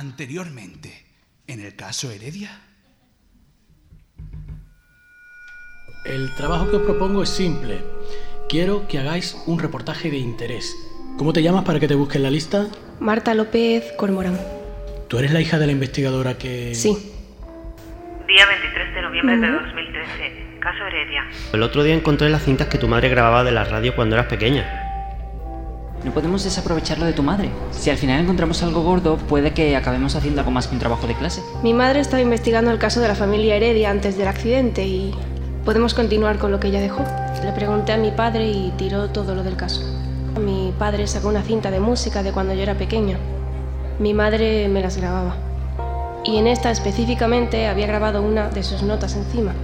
anteriormente en el caso Heredia? El trabajo que os propongo es simple. Quiero que hagáis un reportaje de interés. ¿Cómo te llamas para que te busquen la lista? Marta López Cormorán. ¿Tú eres la hija de la investigadora que...? Sí. Día 23 de noviembre de 2013, caso Heredia. El otro día encontré las cintas que tu madre grababa de la radio cuando eras pequeña. No podemos desaprovecharlo de tu madre. Si al final encontramos algo gordo, puede que acabemos haciendo algo más que un trabajo de clase. Mi madre estaba investigando el caso de la familia Heredia antes del accidente y podemos continuar con lo que ella dejó. Le pregunté a mi padre y tiró todo lo del caso. Mi padre sacó una cinta de música de cuando yo era pequeña. Mi madre me las grababa. Y en esta específicamente había grabado una de sus notas encima.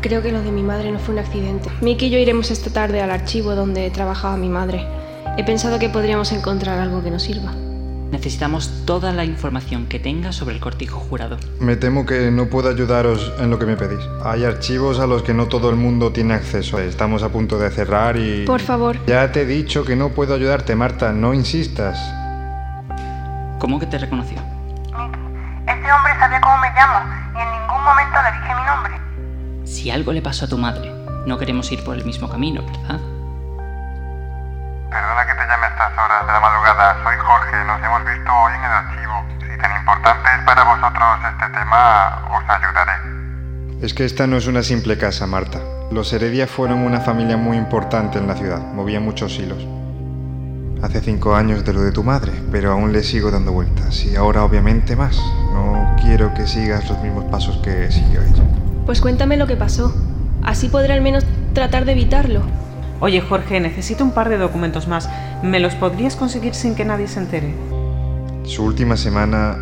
Creo que lo de mi madre no fue un accidente. Miki y yo iremos esta tarde al archivo donde trabajaba mi madre. He pensado que podríamos encontrar algo que nos sirva. Necesitamos toda la información que tenga sobre el cortijo jurado. Me temo que no puedo ayudaros en lo que me pedís. Hay archivos a los que no todo el mundo tiene acceso. Estamos a punto de cerrar y... Por favor. Ya te he dicho que no puedo ayudarte, Marta. No insistas. ¿Cómo que te reconoció? Miki, este hombre sabía cómo me llamo y en ningún momento le dije mi nombre. Si algo le pasó a tu madre, no queremos ir por el mismo camino, ¿verdad? Perdona que te llame a estas horas de la madrugada, soy Jorge, nos hemos visto hoy en el archivo. Si tan importante es para vosotros este tema, os ayudaré. Es que esta no es una simple casa, Marta. Los Heredia fueron una familia muy importante en la ciudad, movían muchos hilos. Hace cinco años de lo de tu madre, pero aún le sigo dando vueltas y ahora obviamente más. No quiero que sigas los mismos pasos que siguió ella. Pues cuéntame lo que pasó. Así podré al menos tratar de evitarlo. Oye Jorge, necesito un par de documentos más. ¿Me los podrías conseguir sin que nadie se entere? Su última semana...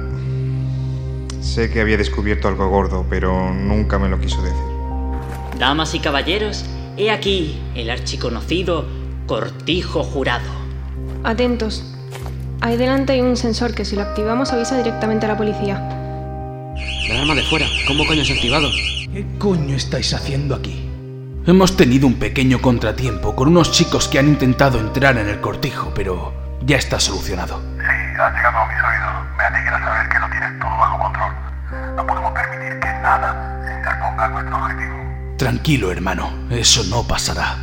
Sé que había descubierto algo gordo, pero nunca me lo quiso decir. Damas y caballeros, he aquí el archiconocido cortijo jurado. Atentos. Ahí delante hay un sensor que si lo activamos avisa directamente a la policía. La alarma de fuera, ¿cómo coño se ha activado? ¿Qué coño estáis haciendo aquí? Hemos tenido un pequeño contratiempo con unos chicos que han intentado entrar en el cortijo, pero ya está solucionado. Sí, ha llegado a mis oídos. Me alegra saber que lo tienes todo bajo control. No podemos permitir que nada se interponga a nuestro objetivo. Tranquilo, hermano, eso no pasará.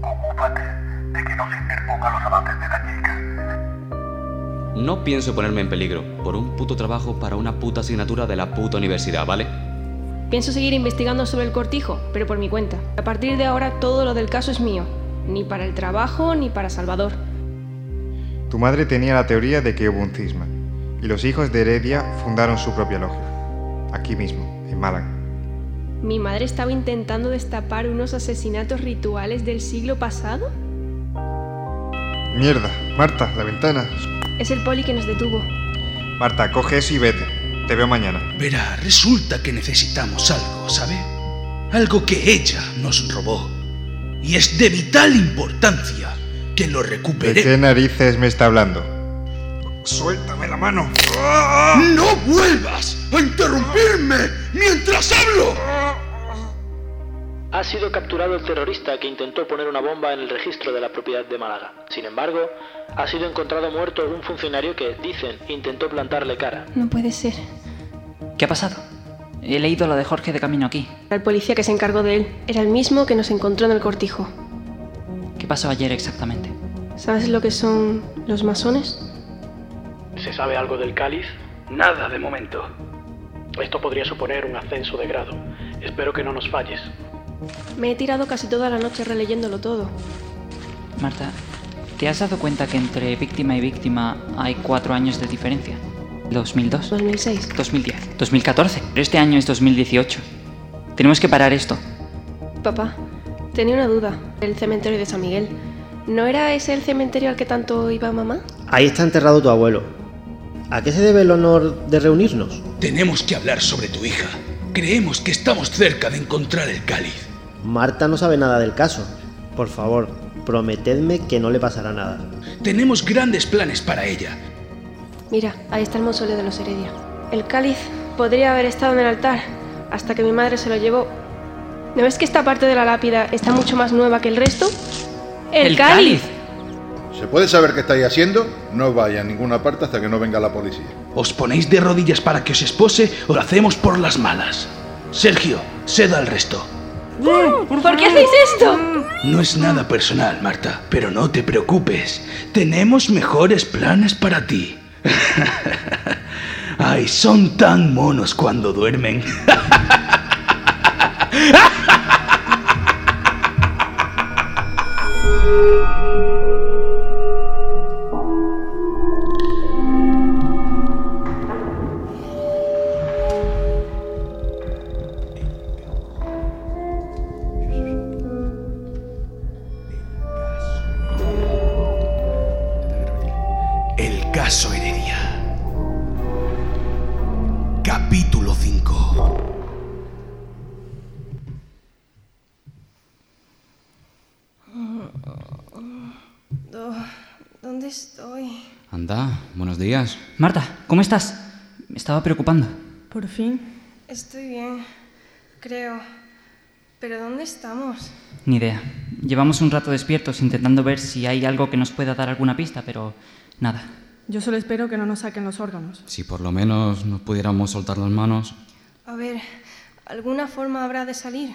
Ocúpate de que no se interpongan los avances de la chica. No pienso ponerme en peligro por un puto trabajo para una puta asignatura de la puta universidad, ¿vale? Pienso seguir investigando sobre el cortijo, pero por mi cuenta. A partir de ahora todo lo del caso es mío. Ni para el trabajo ni para Salvador. Tu madre tenía la teoría de que hubo un cisma, y los hijos de Heredia fundaron su propia logia, aquí mismo, en Málaga. ¿Mi madre estaba intentando destapar unos asesinatos rituales del siglo pasado? Mierda, Marta, la ventana. Es el poli que nos detuvo. Marta, coge eso y vete. Te veo mañana. Verá, resulta que necesitamos algo, ¿sabe? Algo que ella nos robó. Y es de vital importancia que lo ¿De qué recupere. narices me está hablando? Suéltame la mano. ¡No vuelvas a interrumpirme mientras hablo! Ha sido capturado el terrorista que intentó poner una bomba en el registro de la propiedad de Málaga. Sin embargo, ha sido encontrado muerto un funcionario que, dicen, intentó plantarle cara. No puede ser. ¿Qué ha pasado? He leído lo de Jorge de camino aquí. El policía que se encargó de él era el mismo que nos encontró en el cortijo. ¿Qué pasó ayer exactamente? ¿Sabes lo que son los masones? ¿Se sabe algo del cáliz? Nada de momento. Esto podría suponer un ascenso de grado. Espero que no nos falles. Me he tirado casi toda la noche releyéndolo todo. Marta, ¿te has dado cuenta que entre víctima y víctima hay cuatro años de diferencia? 2002, 2006. 2010, 2014. Pero este año es 2018. Tenemos que parar esto. Papá, tenía una duda. El cementerio de San Miguel. ¿No era ese el cementerio al que tanto iba mamá? Ahí está enterrado tu abuelo. ¿A qué se debe el honor de reunirnos? Tenemos que hablar sobre tu hija. Creemos que estamos cerca de encontrar el cáliz. Marta no sabe nada del caso. Por favor, prometedme que no le pasará nada. Tenemos grandes planes para ella. Mira, ahí está el mausoleo de los Heredia. El cáliz podría haber estado en el altar hasta que mi madre se lo llevó. ¿No ves que esta parte de la lápida está mucho más nueva que el resto? ¡El cáliz! ¿Se puede saber qué estáis haciendo? No vaya a ninguna parte hasta que no venga la policía. ¿Os ponéis de rodillas para que os espose o lo hacemos por las malas? Sergio, ceda al resto. ¿Por qué hacéis esto? No es nada personal, Marta, pero no te preocupes. Tenemos mejores planes para ti. Ay, son tan monos cuando duermen. El caso Heredia. Capítulo 5. Do- Mm, oh, ¿Dónde estoy? Anda, buenos días. Marta, ¿cómo estás? Me estaba preocupando. Por fin. Estoy bien, creo. Pero ¿dónde estamos? Ni idea. Llevamos un rato despiertos intentando ver si hay algo que nos pueda dar alguna pista, pero nada. Yo solo espero que no nos saquen los órganos. Si por lo menos nos pudiéramos soltar las manos. A ver, ¿alguna forma habrá de salir?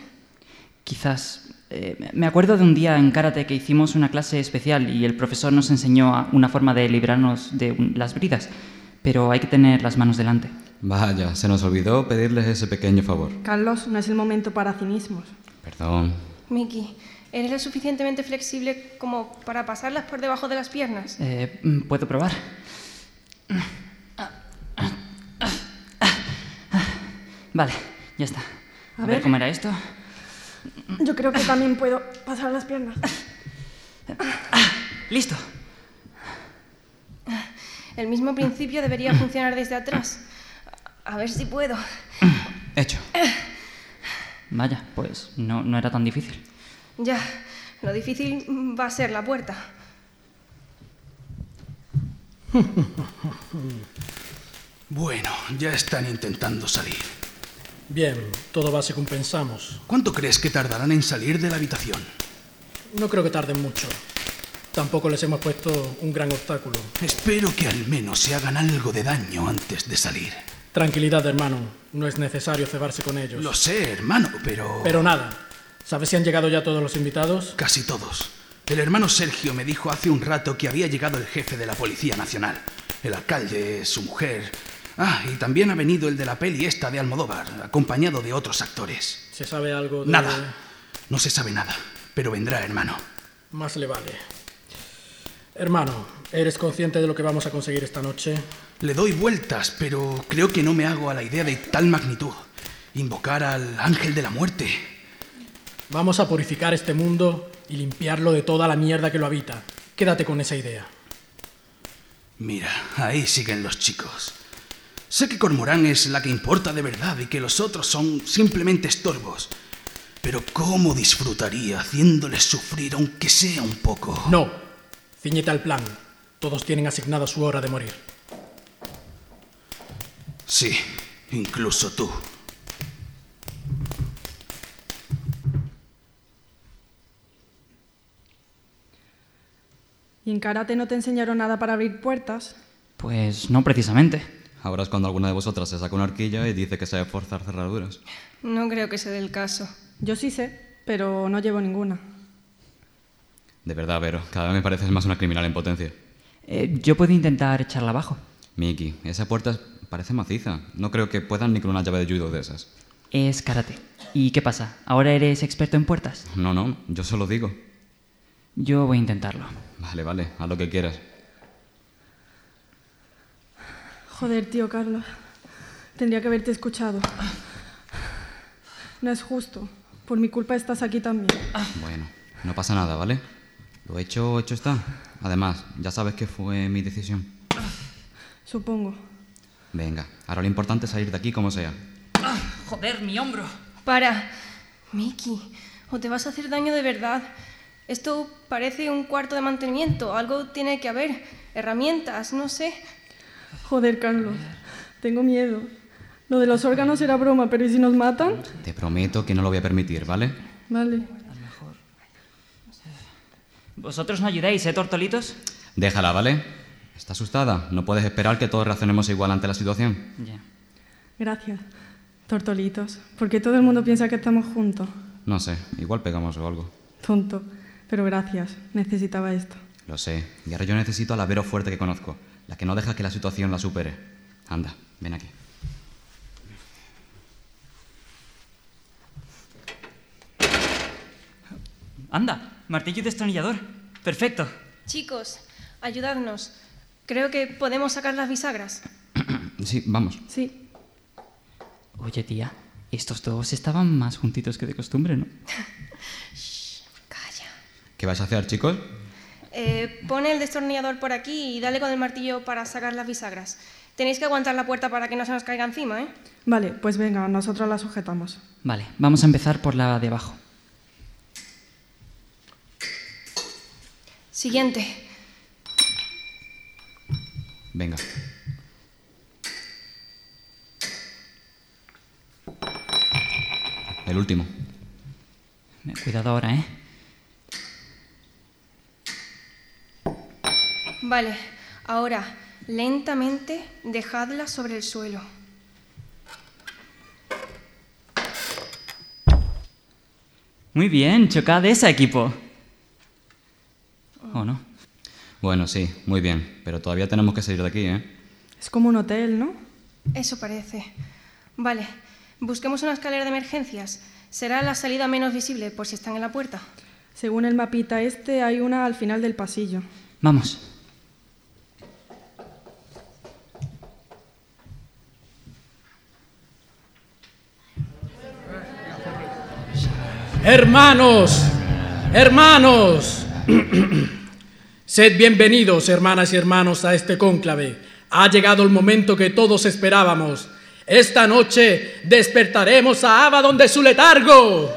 Quizás... eh, me acuerdo de un día en karate que hicimos una clase especial y el profesor nos enseñó a- una forma de librarnos de un- las bridas, pero hay que tener las manos delante. Vaya, se nos olvidó pedirles ese pequeño favor. Carlos, no es el momento para cinismos. Perdón. Mickey, ¿eres lo suficientemente flexible como para pasarlas por debajo de las piernas? Eh, ¿Puedo probar? Vale, ya está. A A, ver ver. cómo era esto. Yo creo que también puedo pasar las piernas. Listo. El mismo principio debería funcionar desde atrás. A ver si puedo. Hecho. Vaya, pues no, no era tan difícil. Ya, lo difícil va a ser la puerta. Bueno, ya están intentando salir. Bien, todo va según pensamos. ¿Cuánto crees que tardarán en salir de la habitación? No creo que tarden mucho. Tampoco les hemos puesto un gran obstáculo. Espero que al menos se hagan algo de daño antes de salir. Tranquilidad, hermano. No es necesario cebarse con ellos. Lo sé, hermano, pero... Pero nada. ¿Sabes si han llegado ya todos los invitados? Casi todos. El hermano Sergio me dijo hace un rato que había llegado el jefe de la Policía Nacional, el alcalde, su mujer. Ah, y también ha venido el de la peli esta de Almodóvar, acompañado de otros actores. ¿Se sabe algo de...? Nada, no se sabe nada, pero vendrá, hermano. Más le vale. Hermano, ¿eres consciente de lo que vamos a conseguir esta noche? Le doy vueltas, pero creo que no me hago a la idea de tal magnitud. Invocar al ángel de la muerte. Vamos a purificar este mundo y limpiarlo de toda la mierda que lo habita. Quédate con esa idea. Mira, ahí siguen los chicos. Sé que Cormorán es la que importa de verdad y que los otros son simplemente estorbos. Pero ¿cómo disfrutaría haciéndoles sufrir aunque sea un poco? No, ciñete al plan. Todos tienen asignada su hora de morir. Sí, incluso tú. ¿Y en karate no te enseñaron nada para abrir puertas? Pues no precisamente. Ahora es cuando alguna de vosotras se saca una horquilla y dice que sabe forzar cerraduras. No creo que sea del caso. Yo sí sé, pero no llevo ninguna. De verdad, Vero, cada vez me pareces más una criminal en potencia. Eh, yo puedo intentar echarla abajo. Miki, esa puerta es- parece maciza. No creo que puedan ni con una llave de judo de esas. Es karate. ¿Y qué pasa? ¿Ahora eres experto en puertas? No, no, yo solo digo. Yo voy a intentarlo. Vale, vale, haz lo que quieras. Joder, tío Carlos. Tendría que haberte escuchado. No es justo. Por mi culpa estás aquí también. Bueno, no pasa nada, ¿vale? Lo hecho, hecho está. Además, ya sabes que fue mi decisión. Supongo. Venga, ahora lo importante es salir de aquí como sea. Ah, Joder, mi hombro. Para. Mickey, o te vas a hacer daño de verdad. Esto parece un cuarto de mantenimiento. Algo tiene que haber. Herramientas, no sé. Joder, Carlos. Tengo miedo. Lo de los órganos era broma, pero ¿y si nos matan? Te prometo que no lo voy a permitir, ¿vale? Vale. ¿Vosotros no ayudáis, eh, tortolitos? Déjala, ¿vale? Está asustada. No puedes esperar que todos reaccionemos igual ante la situación. Gracias, tortolitos. Porque todo el mundo piensa que estamos juntos. No sé, igual pegamos o algo. Tonto. Pero gracias, necesitaba esto. Lo sé. Y ahora yo necesito a la Vero fuerte que conozco, la que no deja que la situación la supere. Anda, ven aquí. Anda, martillo y destornillador. Perfecto. Chicos, ayudadnos. Creo que podemos sacar las bisagras. Sí, vamos. Sí. Oye, tía, estos dos estaban más juntitos que de costumbre, ¿no? ¿Qué vais a hacer, chicos? Eh, pone el destornillador por aquí y dale con el martillo para sacar las bisagras. Tenéis que aguantar la puerta para que no se nos caiga encima, ¿eh? Vale, pues venga, nosotros la sujetamos. Vale, vamos a empezar por la de abajo. Siguiente. Venga. El último. Cuidado ahora, ¿eh? Vale, ahora lentamente dejadla sobre el suelo. Muy bien, chocad esa, equipo. ¿O no? Bueno, sí, muy bien. Pero todavía tenemos que salir de aquí, ¿eh? Es como un hotel, ¿no? Eso parece. Vale, busquemos una escalera de emergencias. Será la salida menos visible por si están en la puerta. Según el mapita este, hay una al final del pasillo. Vamos. Hermanos, hermanos, sed bienvenidos, hermanas y hermanos, a este cónclave. Ha llegado el momento que todos esperábamos. Esta noche despertaremos a Abaddon de su letargo.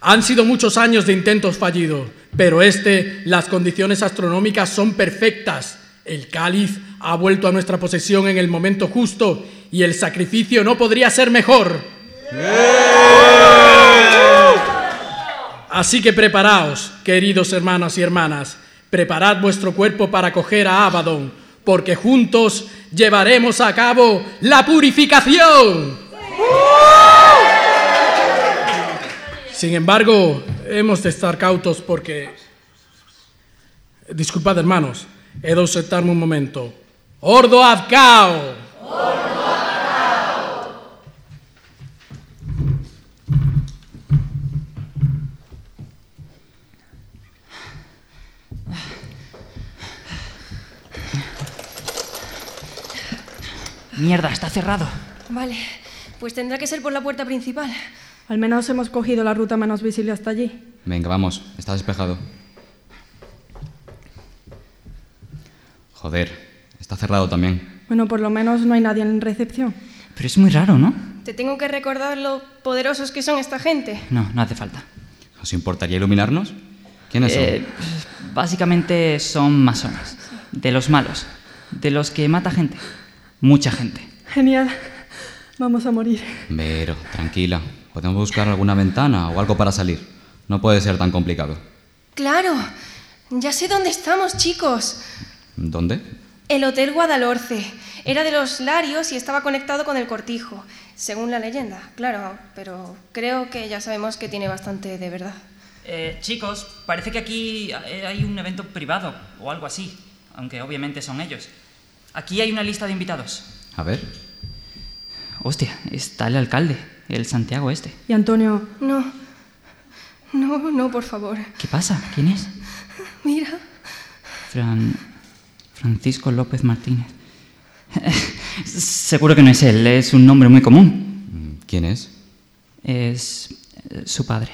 Han sido muchos años de intentos fallidos, pero este, las condiciones astronómicas son perfectas. El cáliz ha vuelto a nuestra posesión en el momento justo y el sacrificio no podría ser mejor. Así que preparaos, queridos hermanos y hermanas, preparad vuestro cuerpo para acoger a Abaddon, porque juntos llevaremos a cabo la purificación. Sin embargo, hemos de estar cautos porque... Disculpad, hermanos, he de ausentarme un momento. ¡Ordo ad cao! Mierda, está cerrado. Vale, pues tendrá que ser por la puerta principal. Al menos hemos cogido la ruta menos visible hasta allí. Venga, vamos. Está despejado. Joder, está cerrado también. Bueno, por lo menos no hay nadie en recepción. Pero es muy raro, ¿no? Te tengo que recordar lo poderosos que son esta gente. No, no hace falta. ¿Os importaría iluminarnos? ¿Quiénes son? Eh, básicamente son masones. De los malos. De los que mata gente. Mucha gente. Genial. Vamos a morir. Pero, tranquila. Podemos buscar alguna ventana o algo para salir. No puede ser tan complicado. Claro, ya sé dónde estamos, chicos. ¿Dónde? El Hotel Guadalhorce. Era de los Larios y estaba conectado con el cortijo, según la leyenda, claro, pero creo que ya sabemos que tiene bastante de verdad. Eh, chicos, parece que aquí eh, hay un evento privado o algo así, aunque obviamente son ellos. Aquí hay una lista de invitados. A ver. Hostia, está el alcalde, el Santiago este. Y Antonio, No. No, no, por favor. ¿Qué pasa? ¿Quién es? Mira. Fran... Francisco López Martínez. Seguro que no es él, es un nombre muy común. Mm, ¿Quién es? Es eh, su padre.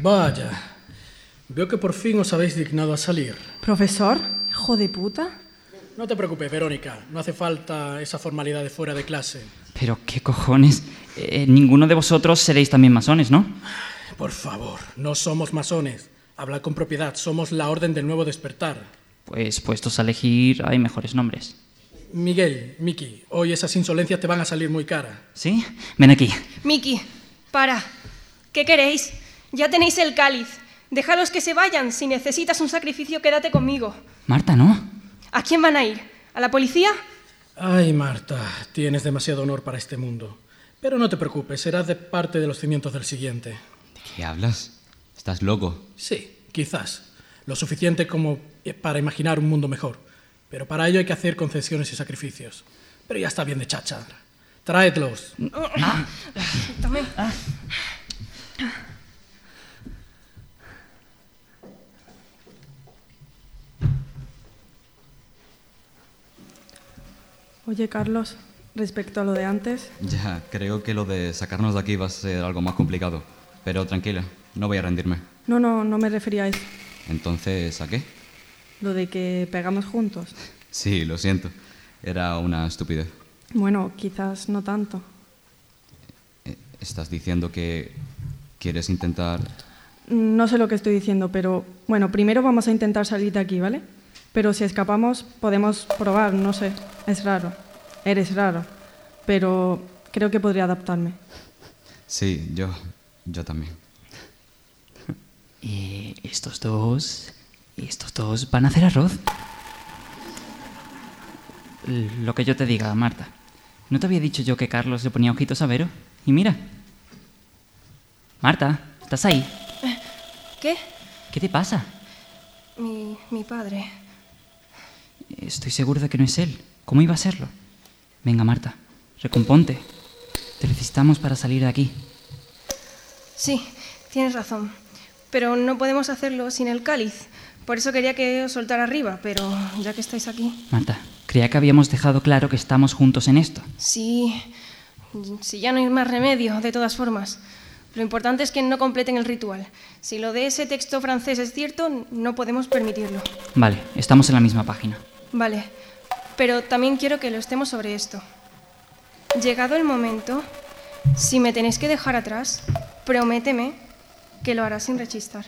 Vaya, veo que por fin os habéis dignado a salir. profesor, hijo de puta. No te preocupes, Verónica, no hace falta esa formalidad de fuera de clase. Pero qué cojones. Eh, ninguno de vosotros seréis también masones, ¿no? Por favor, no somos masones. Habla con propiedad, somos la Orden del Nuevo Despertar. Pues puestos a elegir hay mejores nombres. Miguel, Miki, hoy esas insolencias te van a salir muy caras. ¿Sí? Ven aquí. Miki, para. ¿Qué queréis? Ya tenéis el cáliz. Déjalos que se vayan. Si necesitas un sacrificio, quédate conmigo. Marta, ¿no? ¿A quién van a ir? ¿A la policía? Ay, Marta, tienes demasiado honor para este mundo. Pero no te preocupes, serás de parte de los cimientos del siguiente. ¿Qué hablas? ¿Estás loco? Sí, quizás. Lo suficiente como eh, para imaginar un mundo mejor. Pero para ello hay que hacer concesiones y sacrificios. Pero ya está bien de chacha. Tráetlos. También. Oye, Carlos, respecto a lo de antes, Ya, creo que lo de sacarnos de aquí va a ser algo más complicado. Pero tranquila, no voy a rendirme. no, no, no me refería a eso. Entonces, ¿a qué? Lo de que pegamos juntos. Sí, lo siento. Era una estupidez. Bueno, quizás no tanto. Estás diciendo que quieres intentar... No sé lo que estoy diciendo, pero bueno, primero vamos a intentar salir de aquí, ¿vale? Pero si escapamos, podemos probar, no sé. Es raro. Eres raro. Pero creo que podría adaptarme. Sí, yo... Yo también. Eh, estos dos. Estos dos van a hacer arroz. Lo que yo te diga, Marta. ¿No te había dicho yo que Carlos le ponía ojitos a Vero? Y mira. Marta, ¿estás ahí? ¿Qué? ¿Qué te pasa? Mi, mi padre. Estoy seguro de que no es él. ¿Cómo iba a serlo? Venga, Marta, recomponte. Te necesitamos para salir de aquí. Sí, tienes razón. Pero no podemos hacerlo sin el cáliz. Por eso quería que os soltara arriba, pero ya que estáis aquí. Marta, creía que habíamos dejado claro que estamos juntos en esto. Sí. Si ya no hay más remedio, de todas formas. Lo importante es que no completen el ritual. Si lo de ese texto francés es cierto, no podemos permitirlo. Vale, estamos en la misma página. Vale, pero también quiero que lo estemos sobre esto. Llegado el momento, si me tenéis que dejar atrás, prométeme que lo harás sin rechistar.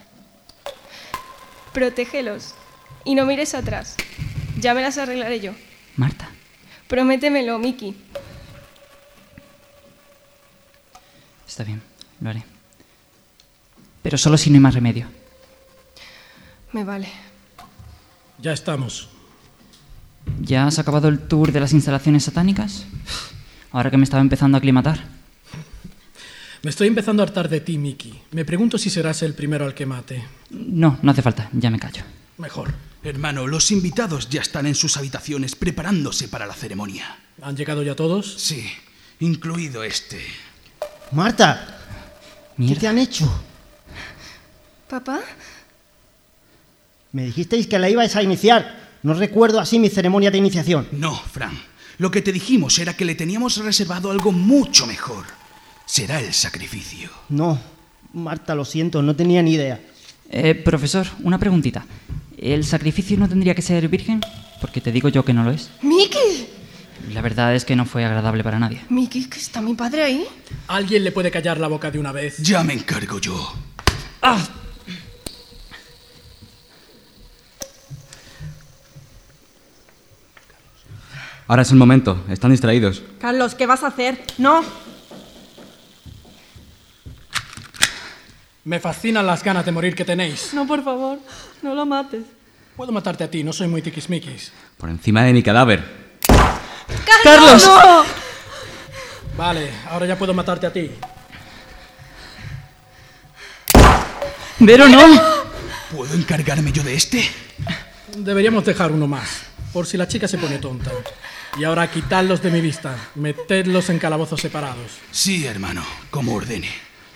Protégelos y no mires atrás. Ya me las arreglaré yo. Marta. Prométemelo, Miki. Está bien, lo haré. Pero solo si no hay más remedio. Me vale. Ya estamos. ¿Ya has acabado el tour de las instalaciones satánicas? Ahora que me estaba empezando a aclimatar. Me estoy empezando a hartar de ti, Miki. Me pregunto si serás el primero al que mate. No, no hace falta, ya me callo. Mejor. Hermano, los invitados ya están en sus habitaciones preparándose para la ceremonia. ¿Han llegado ya todos? Sí, incluido este. Marta, ¿qué te han hecho? ¿Papá? Me dijisteis que la ibais a iniciar. No recuerdo así mi ceremonia de iniciación. No, Fran. Lo que te dijimos era que le teníamos reservado algo mucho mejor. Será el sacrificio. No, Marta, lo siento, no tenía ni idea. Eh, profesor, una preguntita. ¿El sacrificio no tendría que ser virgen? Porque te digo yo que no lo es. ¡Miki! La verdad es que no fue agradable para nadie. ¿Miki? ¿Que está mi padre ahí? ¿Alguien le puede callar la boca de una vez? Ah. Ya me encargo yo. Ahora es el momento, están distraídos. Carlos, ¿qué vas a hacer? No, Me fascinan las ganas de morir que tenéis. No, por favor, no lo mates. Puedo matarte a ti, no soy muy tiquismiquis. Por encima de mi cadáver. ¡Carlos! Vale, ahora ya puedo matarte a ti. ¡Vero, no! ¿Puedo encargarme yo de este? Deberíamos dejar uno más, por si la chica se pone tonta. Y ahora quitadlos de mi vista, metedlos en calabozos separados. Sí, hermano, como ordene.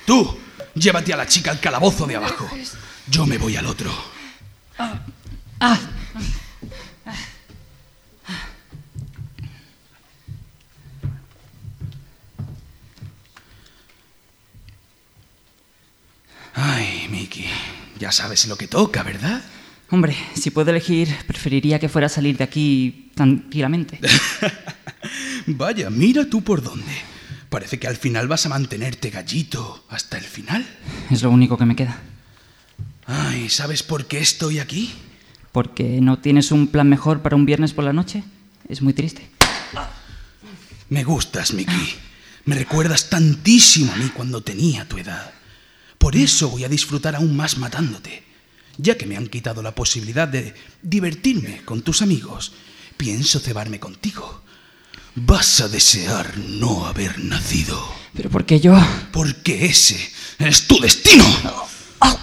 Tú, llévate a la chica al calabozo de abajo. Yo me voy al otro. Ah. Ay, Mickey, ya sabes lo que toca, ¿verdad? Hombre, si puedo elegir, preferiría que fuera a salir de aquí tranquilamente. Vaya, mira tú por dónde. Parece que al final vas a mantenerte gallito hasta el final. Es lo único que me queda. Ay, ¿sabes por qué estoy aquí? ¿Porque no tienes un plan mejor para un viernes por la noche? Es muy triste. Me gustas, Mickey. Me recuerdas tantísimo a mí cuando tenía tu edad. Por eso voy a disfrutar aún más matándote. Ya que me han quitado la posibilidad de divertirme con tus amigos, pienso cebarme contigo. Vas a desear no haber nacido. Pero ¿por qué yo? Porque ese es tu destino. Oh.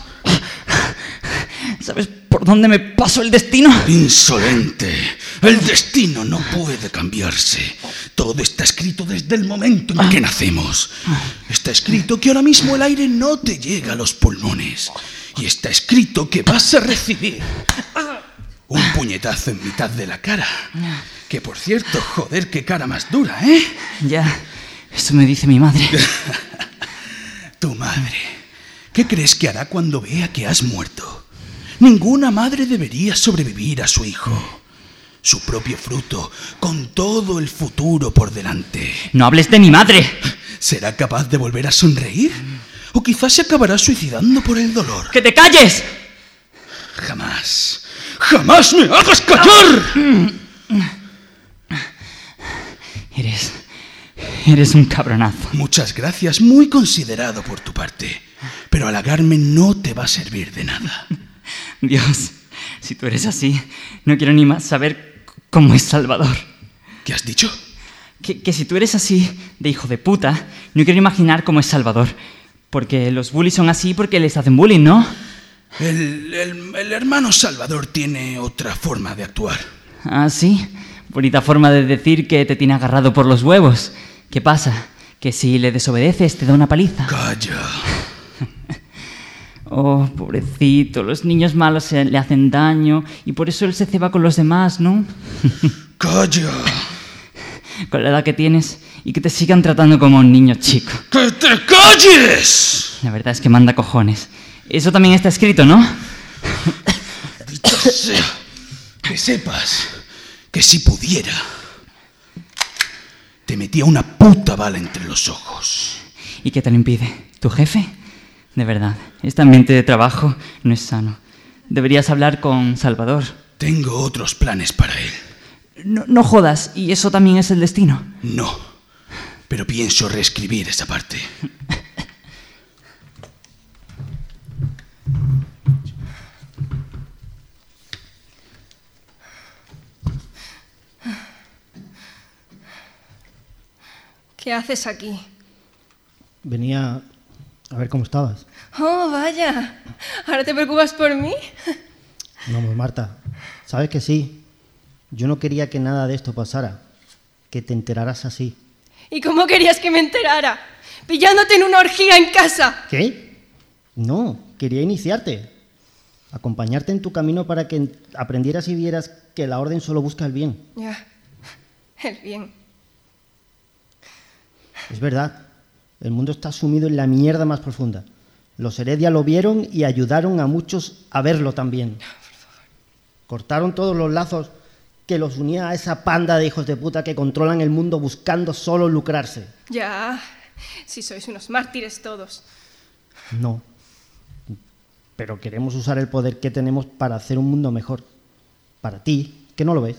¿Sabes por dónde me pasó el destino? Insolente. El destino no puede cambiarse. Todo está escrito desde el momento en Ah. que nacemos. Está escrito que ahora mismo el aire no te llega a los pulmones. Y está escrito que vas a recibir un puñetazo en mitad de la cara. Que por cierto, joder, qué cara más dura, ¿eh? Ya, eso me dice mi madre. tu madre. ¿Qué crees que hará cuando vea que has muerto? Ninguna madre debería sobrevivir a su hijo. Su propio fruto, con todo el futuro por delante. ¡No hables de mi madre! ¿Será capaz de volver a sonreír? ¿O quizás se acabará suicidando por el dolor? ¡Que te calles! Jamás. ¡Jamás me hagas callar! Eres. Eres un cabronazo. Muchas gracias, muy considerado por tu parte. Pero halagarme no te va a servir de nada. Dios, si tú eres así, no quiero ni más saber c- cómo es Salvador. ¿Qué has dicho? Que, que si tú eres así, de hijo de puta, no quiero imaginar cómo es Salvador. Porque los bullies son así porque les hacen bullying, ¿no? El, el- el hermano Salvador tiene otra forma de actuar. Ah, sí. Bonita forma de decir que te tiene agarrado por los huevos. ¿Qué pasa? Que si le desobedeces te da una paliza. Calla. Oh, pobrecito, los niños malos se- le hacen daño y por eso él se ceba con los demás, ¿no? Calla. Con la edad que tienes y que te sigan tratando como un niño chico. ¡Que te calles! La verdad es que manda cojones. Eso también está escrito, ¿no? Maldito sea. Que sepas que si pudiera, te metía una puta bala entre los ojos. ¿Y qué te lo impide? ¿Tu jefe? De verdad, este ambiente de trabajo no es sano. Deberías hablar con Salvador. Tengo otros planes para él. No, no jodas, y eso también es el destino. No, pero pienso reescribir esa parte. ¿Qué haces aquí? Venía a ver cómo estabas. Oh, vaya. ¿Ahora te preocupas por mí? Vamos, pues, Marta, sabes que sí. Yo no quería que nada de esto pasara. Que te enteraras así. ¿Y cómo querías que me enterara? Pillándote en una orgía en casa. ¿Qué? No, quería iniciarte. Acompañarte en tu camino para que en- aprendieras y vieras que la orden solo busca el bien. Ya. El bien. Es verdad. El mundo está sumido en la mierda más profunda. Los Heredia lo vieron y ayudaron a muchos a verlo también. Cortaron todos los lazos que los unía a esa panda de hijos de puta que controlan el mundo buscando solo lucrarse. Ya. Si sois unos mártires todos. No. Pero queremos usar el poder que tenemos para hacer un mundo mejor. Para ti, que no lo ves.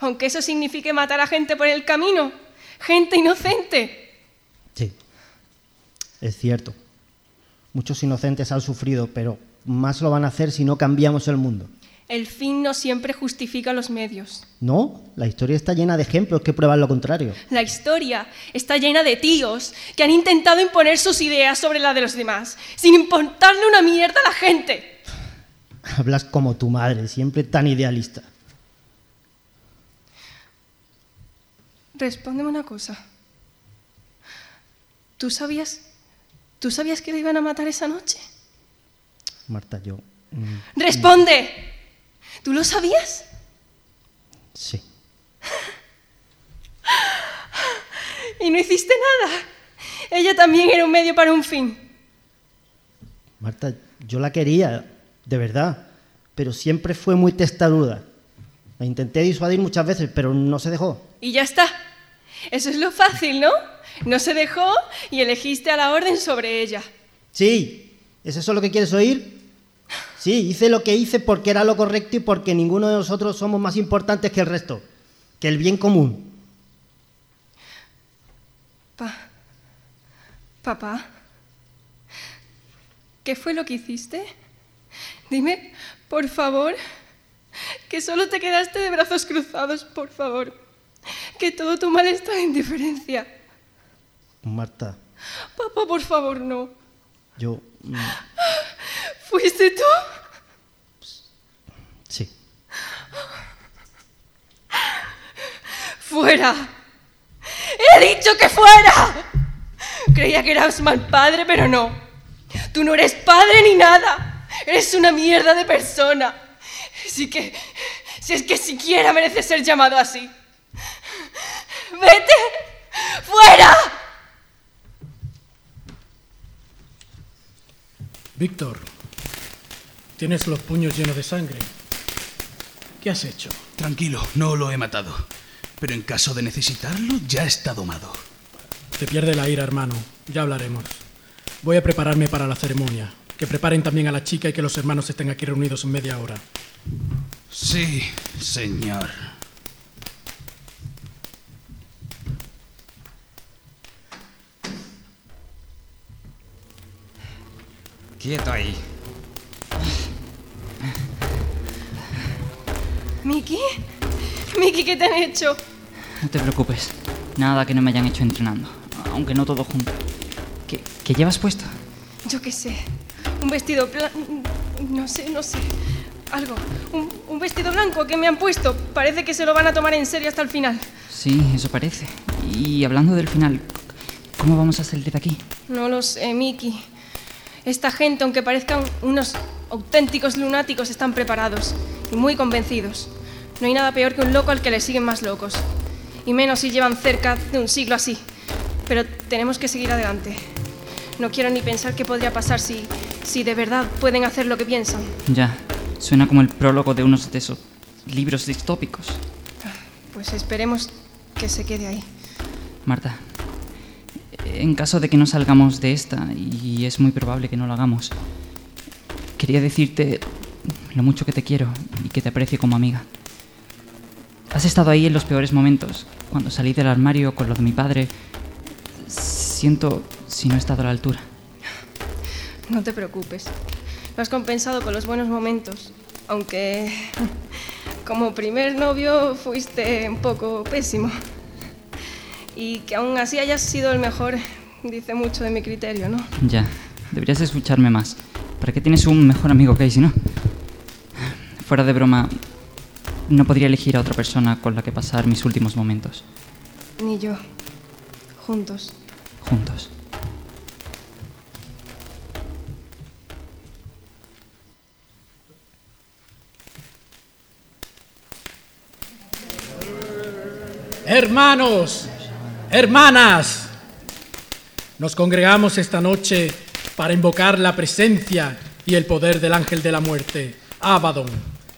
Aunque eso signifique matar a gente por el camino. Gente inocente. Sí. Es cierto. Muchos inocentes han sufrido, pero más lo van a hacer si no cambiamos el mundo. El fin no siempre justifica los medios. No, la historia está llena de ejemplos que prueban lo contrario. La historia está llena de tíos que han intentado imponer sus ideas sobre la de los demás, sin importarle una mierda a la gente. Hablas como tu madre, siempre tan idealista. Respóndeme una cosa. ¿Tú sabías, tú sabías que le iban a matar esa noche? Marta, yo... mm, Responde. ¿Tú lo sabías? Sí. Y no hiciste nada. Ella también era un medio para un fin. Marta, yo la quería, de verdad, pero siempre fue muy testaruda. La intenté disuadir muchas veces, pero no se dejó. Y ya está. Eso es lo fácil, ¿no? No se dejó y elegiste a la orden sobre ella. Sí, ¿es eso lo que quieres oír? Sí, hice lo que hice porque era lo correcto y porque ninguno de nosotros somos más importantes que el resto, que el bien común. Papá, ¿qué fue lo que hiciste? Dime, por favor, que solo te quedaste de brazos cruzados, por favor. Que todo tu mal está en indiferencia. Marta, Papá, por favor, no. yo. mm, ¿Fuiste tú? Sí. ¡Fuera! ¡He dicho que fuera! Creía que eras mal padre, pero no. Tú no eres padre ni nada. Eres una mierda de persona. Así que. Si es que siquiera mereces ser llamado así. ¡Vete! ¡Fuera! Víctor, tienes los puños llenos de sangre. ¿Qué has hecho? Tranquilo, no lo he matado. Pero en caso de necesitarlo, ya está domado. Te pierde la ira, hermano. Ya hablaremos. Voy a prepararme para la ceremonia. Que preparen también a la chica y que los hermanos estén aquí reunidos en media hora. Sí, señor. Quieto ahí. ¿Miki? ¿Miki, qué te han hecho? No te preocupes. Nada que no me hayan hecho entrenando. Aunque no todo junto. ¿Qué, qué llevas puesto? Yo qué sé. Un vestido blanco. No sé, no sé. Algo. Un, un vestido blanco que me han puesto. Parece que se lo van a tomar en serio hasta el final. Sí, eso parece. Y hablando del final, ¿cómo vamos a salir de aquí? No lo sé, Miki. Esta gente, aunque parezcan unos auténticos lunáticos, están preparados y muy convencidos. No hay nada peor que un loco al que le siguen más locos. Y menos si llevan cerca de un siglo así. Pero tenemos que seguir adelante. No quiero ni pensar qué podría pasar si, si de verdad pueden hacer lo que piensan. Ya, suena como el prólogo de unos de esos libros distópicos. Pues esperemos que se quede ahí. Marta, en caso de que no salgamos de esta, y es muy probable que no lo hagamos, quería decirte lo mucho que te quiero y que te aprecio como amiga. Has estado ahí en los peores momentos, cuando salí del armario con lo de mi padre. Siento si no he estado a la altura. No te preocupes. Lo has compensado con los buenos momentos. Aunque como primer novio fuiste un poco pésimo. Y que aún así hayas sido el mejor dice mucho de mi criterio, ¿no? Ya, deberías escucharme más. ¿Para qué tienes un mejor amigo que hay si no? Fuera de broma, no podría elegir a otra persona con la que pasar mis últimos momentos, Ni yo. Juntos. juntos. Hermanos, hermanas, nos congregamos esta noche para invocar la presencia y el poder del ángel de la muerte, Abaddon,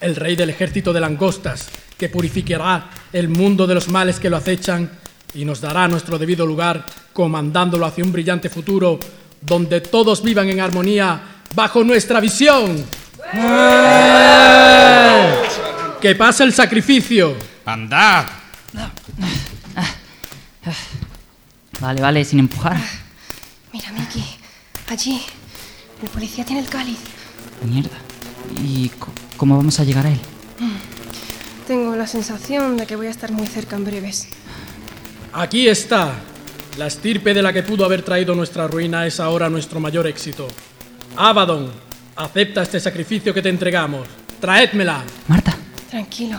el rey del ejército de langostas, que purificará el mundo de los males que lo acechan y nos dará nuestro debido lugar comandándolo hacia un brillante futuro donde todos vivan en armonía bajo nuestra visión. Que pase el sacrificio. Andad. Vale, vale, sin empujar. Mira, Miki, allí. El policía tiene el cáliz. Mierda. ¿Y co- cómo vamos a llegar a él? Tengo la sensación de que voy a estar muy cerca en breves. Aquí está. La estirpe de la que pudo haber traído nuestra ruina es ahora nuestro mayor éxito. Abaddon, acepta este sacrificio que te entregamos. Traédmela. Tranquilo.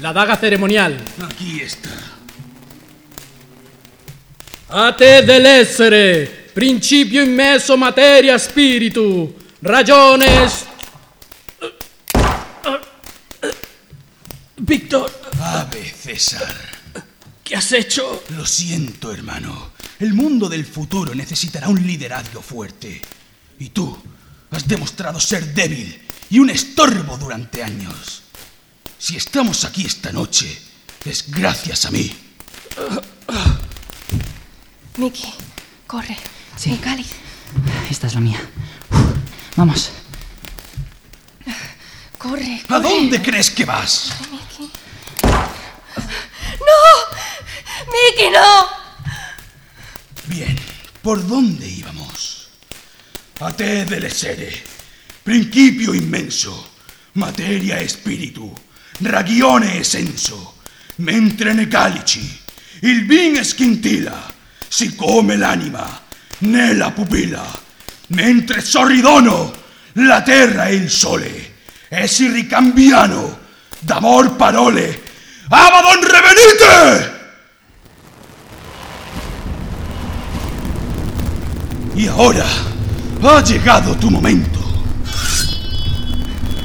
La daga ceremonial. Aquí está. Ate dell'essere, principio immesso materia spiritu, ragione... Víctor. Ave César. ¿Qué has hecho? Lo siento, hermano. El mundo del futuro necesitará un liderazgo fuerte. Y tú has demostrado ser débil y un estorbo durante años. Si estamos aquí esta noche, es gracias a mí. Miki, corre. El cáliz. Esta es la mía. Uf, vamos. Corre, corre. ¿A dónde crees que vas? ¡No! ¡Miki, no! Bien, ¿por dónde íbamos? Ate del sede, principio inmenso, materia espíritu, ragione essenso, mentre ne calici, il vin scintilla, siccome l'anima, nella pupilla, mentre sorridono, la terra e il sole, essi ricambiano, d'amor parole, Abaddon revenite! Y ahora ha llegado tu momento.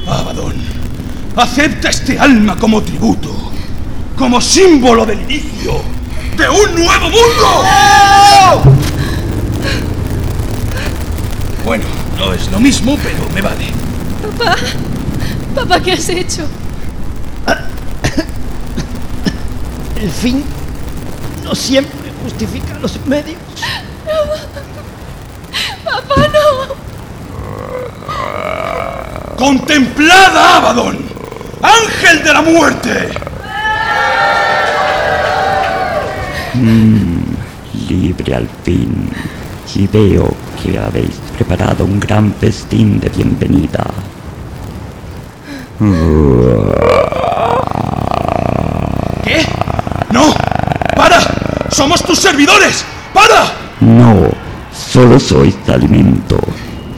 Abaddon, acepta este alma como tributo, como símbolo del inicio de un nuevo mundo. Bueno, no es lo mismo, pero me vale. Papá, papá, ¿qué has hecho? El fin no siempre justifica los medios. ¡Papá, no! Contemplad a Abaddon, ángel de la muerte. Mm, libre al fin. Y veo que habéis preparado un gran festín de bienvenida. ¿Qué? ¡No! ¡Para! ¡Somos tus servidores! ¡Para! No, solo sois alimento.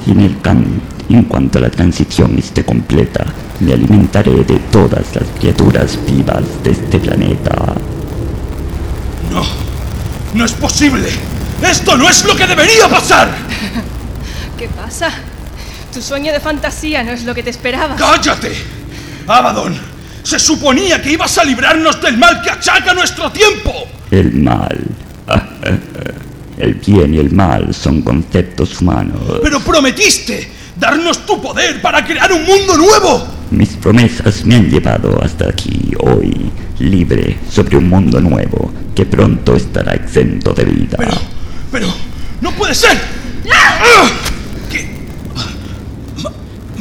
Y en, el can- en cuanto la transición esté completa, me alimentaré de todas las criaturas vivas de este planeta. No, no es posible. Esto no es lo que debería pasar. ¿Qué pasa? Tu sueño de fantasía no es lo que te esperaba. ¡Cállate! Abaddon, se suponía que ibas a librarnos del mal que achaca nuestro tiempo. El mal. El bien y el mal son conceptos humanos. Pero prometiste darnos tu poder para crear un mundo nuevo. Mis promesas me han llevado hasta aquí hoy, libre sobre un mundo nuevo que pronto estará exento de vida. ¡No puede ser! ¡Ah! ¿Qué? Ma-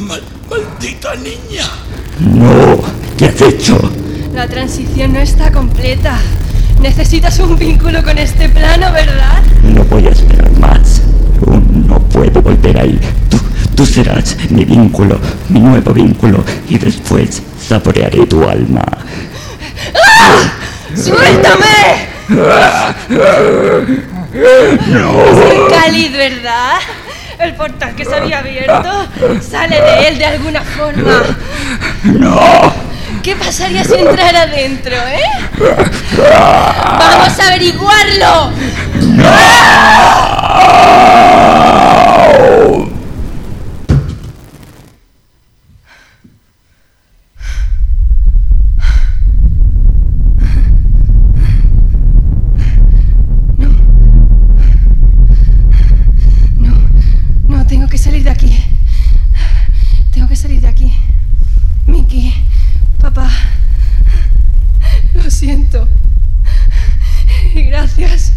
mal- maldita niña. No, ¿qué has hecho? La transición no está completa. Necesitas un vínculo con este plano, ¿verdad? No voy a esperar más. Aún No puedo volver ahí. Tú, tú serás mi vínculo, mi nuevo vínculo, y después saborearé tu alma. ¡Ah! ¡Suéltame! No. Es Khalid, ¿verdad? El portal que se había abierto. Sale de él de alguna forma. No. ¿Qué pasaría si entrara adentro, eh? Ah. ¡Vamos a averiguarlo! No, no, tengo que salir de aquí. Tengo que salir de aquí. Mickey, papá, lo siento. Y gracias.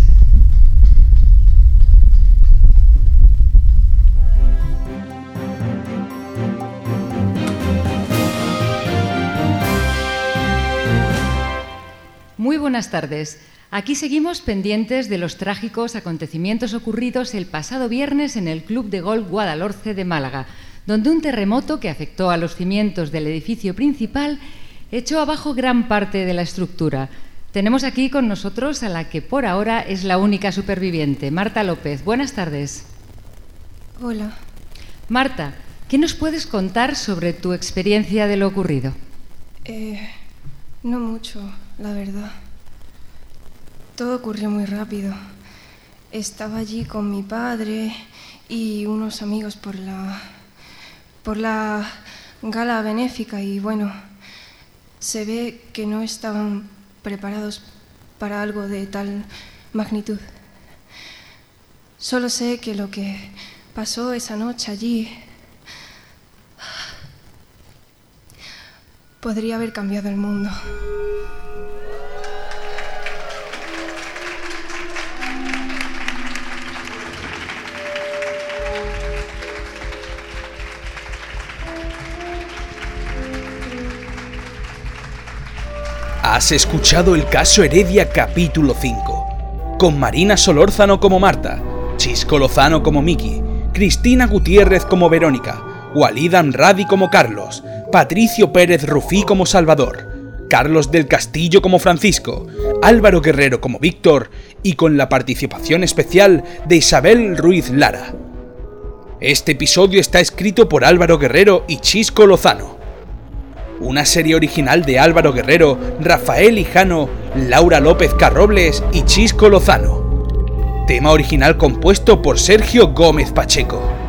Muy buenas tardes. Aquí seguimos pendientes de los trágicos acontecimientos ocurridos el pasado viernes en el Club de Golf Guadalhorce de Málaga, donde un terremoto que afectó a los cimientos del edificio principal echó abajo gran parte de la estructura. Tenemos aquí con nosotros a la que por ahora es la única superviviente, Marta López. Buenas tardes. Hola. Marta, ¿qué nos puedes contar sobre tu experiencia de lo ocurrido? Eh, no mucho, la verdad. Todo ocurrió muy rápido. Estaba allí con mi padre y unos amigos por la por la gala benéfica y bueno, se ve que no estaban preparados para algo de tal magnitud. Solo sé que lo que pasó esa noche allí podría haber cambiado el mundo. Has escuchado el caso Heredia capítulo 5, con Marina Solórzano como Marta, Chisco Lozano como Miki, Cristina Gutiérrez como Verónica, Walid Amradi como Carlos, Patricio Pérez Rufí como Salvador, Carlos del Castillo como Francisco, Álvaro Guerrero como Víctor y con la participación especial de Isabel Ruiz Lara. Este episodio está escrito por Álvaro Guerrero y Chisco Lozano. Una serie original de Álvaro Guerrero, Rafael Hijano, Laura López Carrobles y Chisco Lozano. Tema original compuesto por Sergio Gómez Pacheco.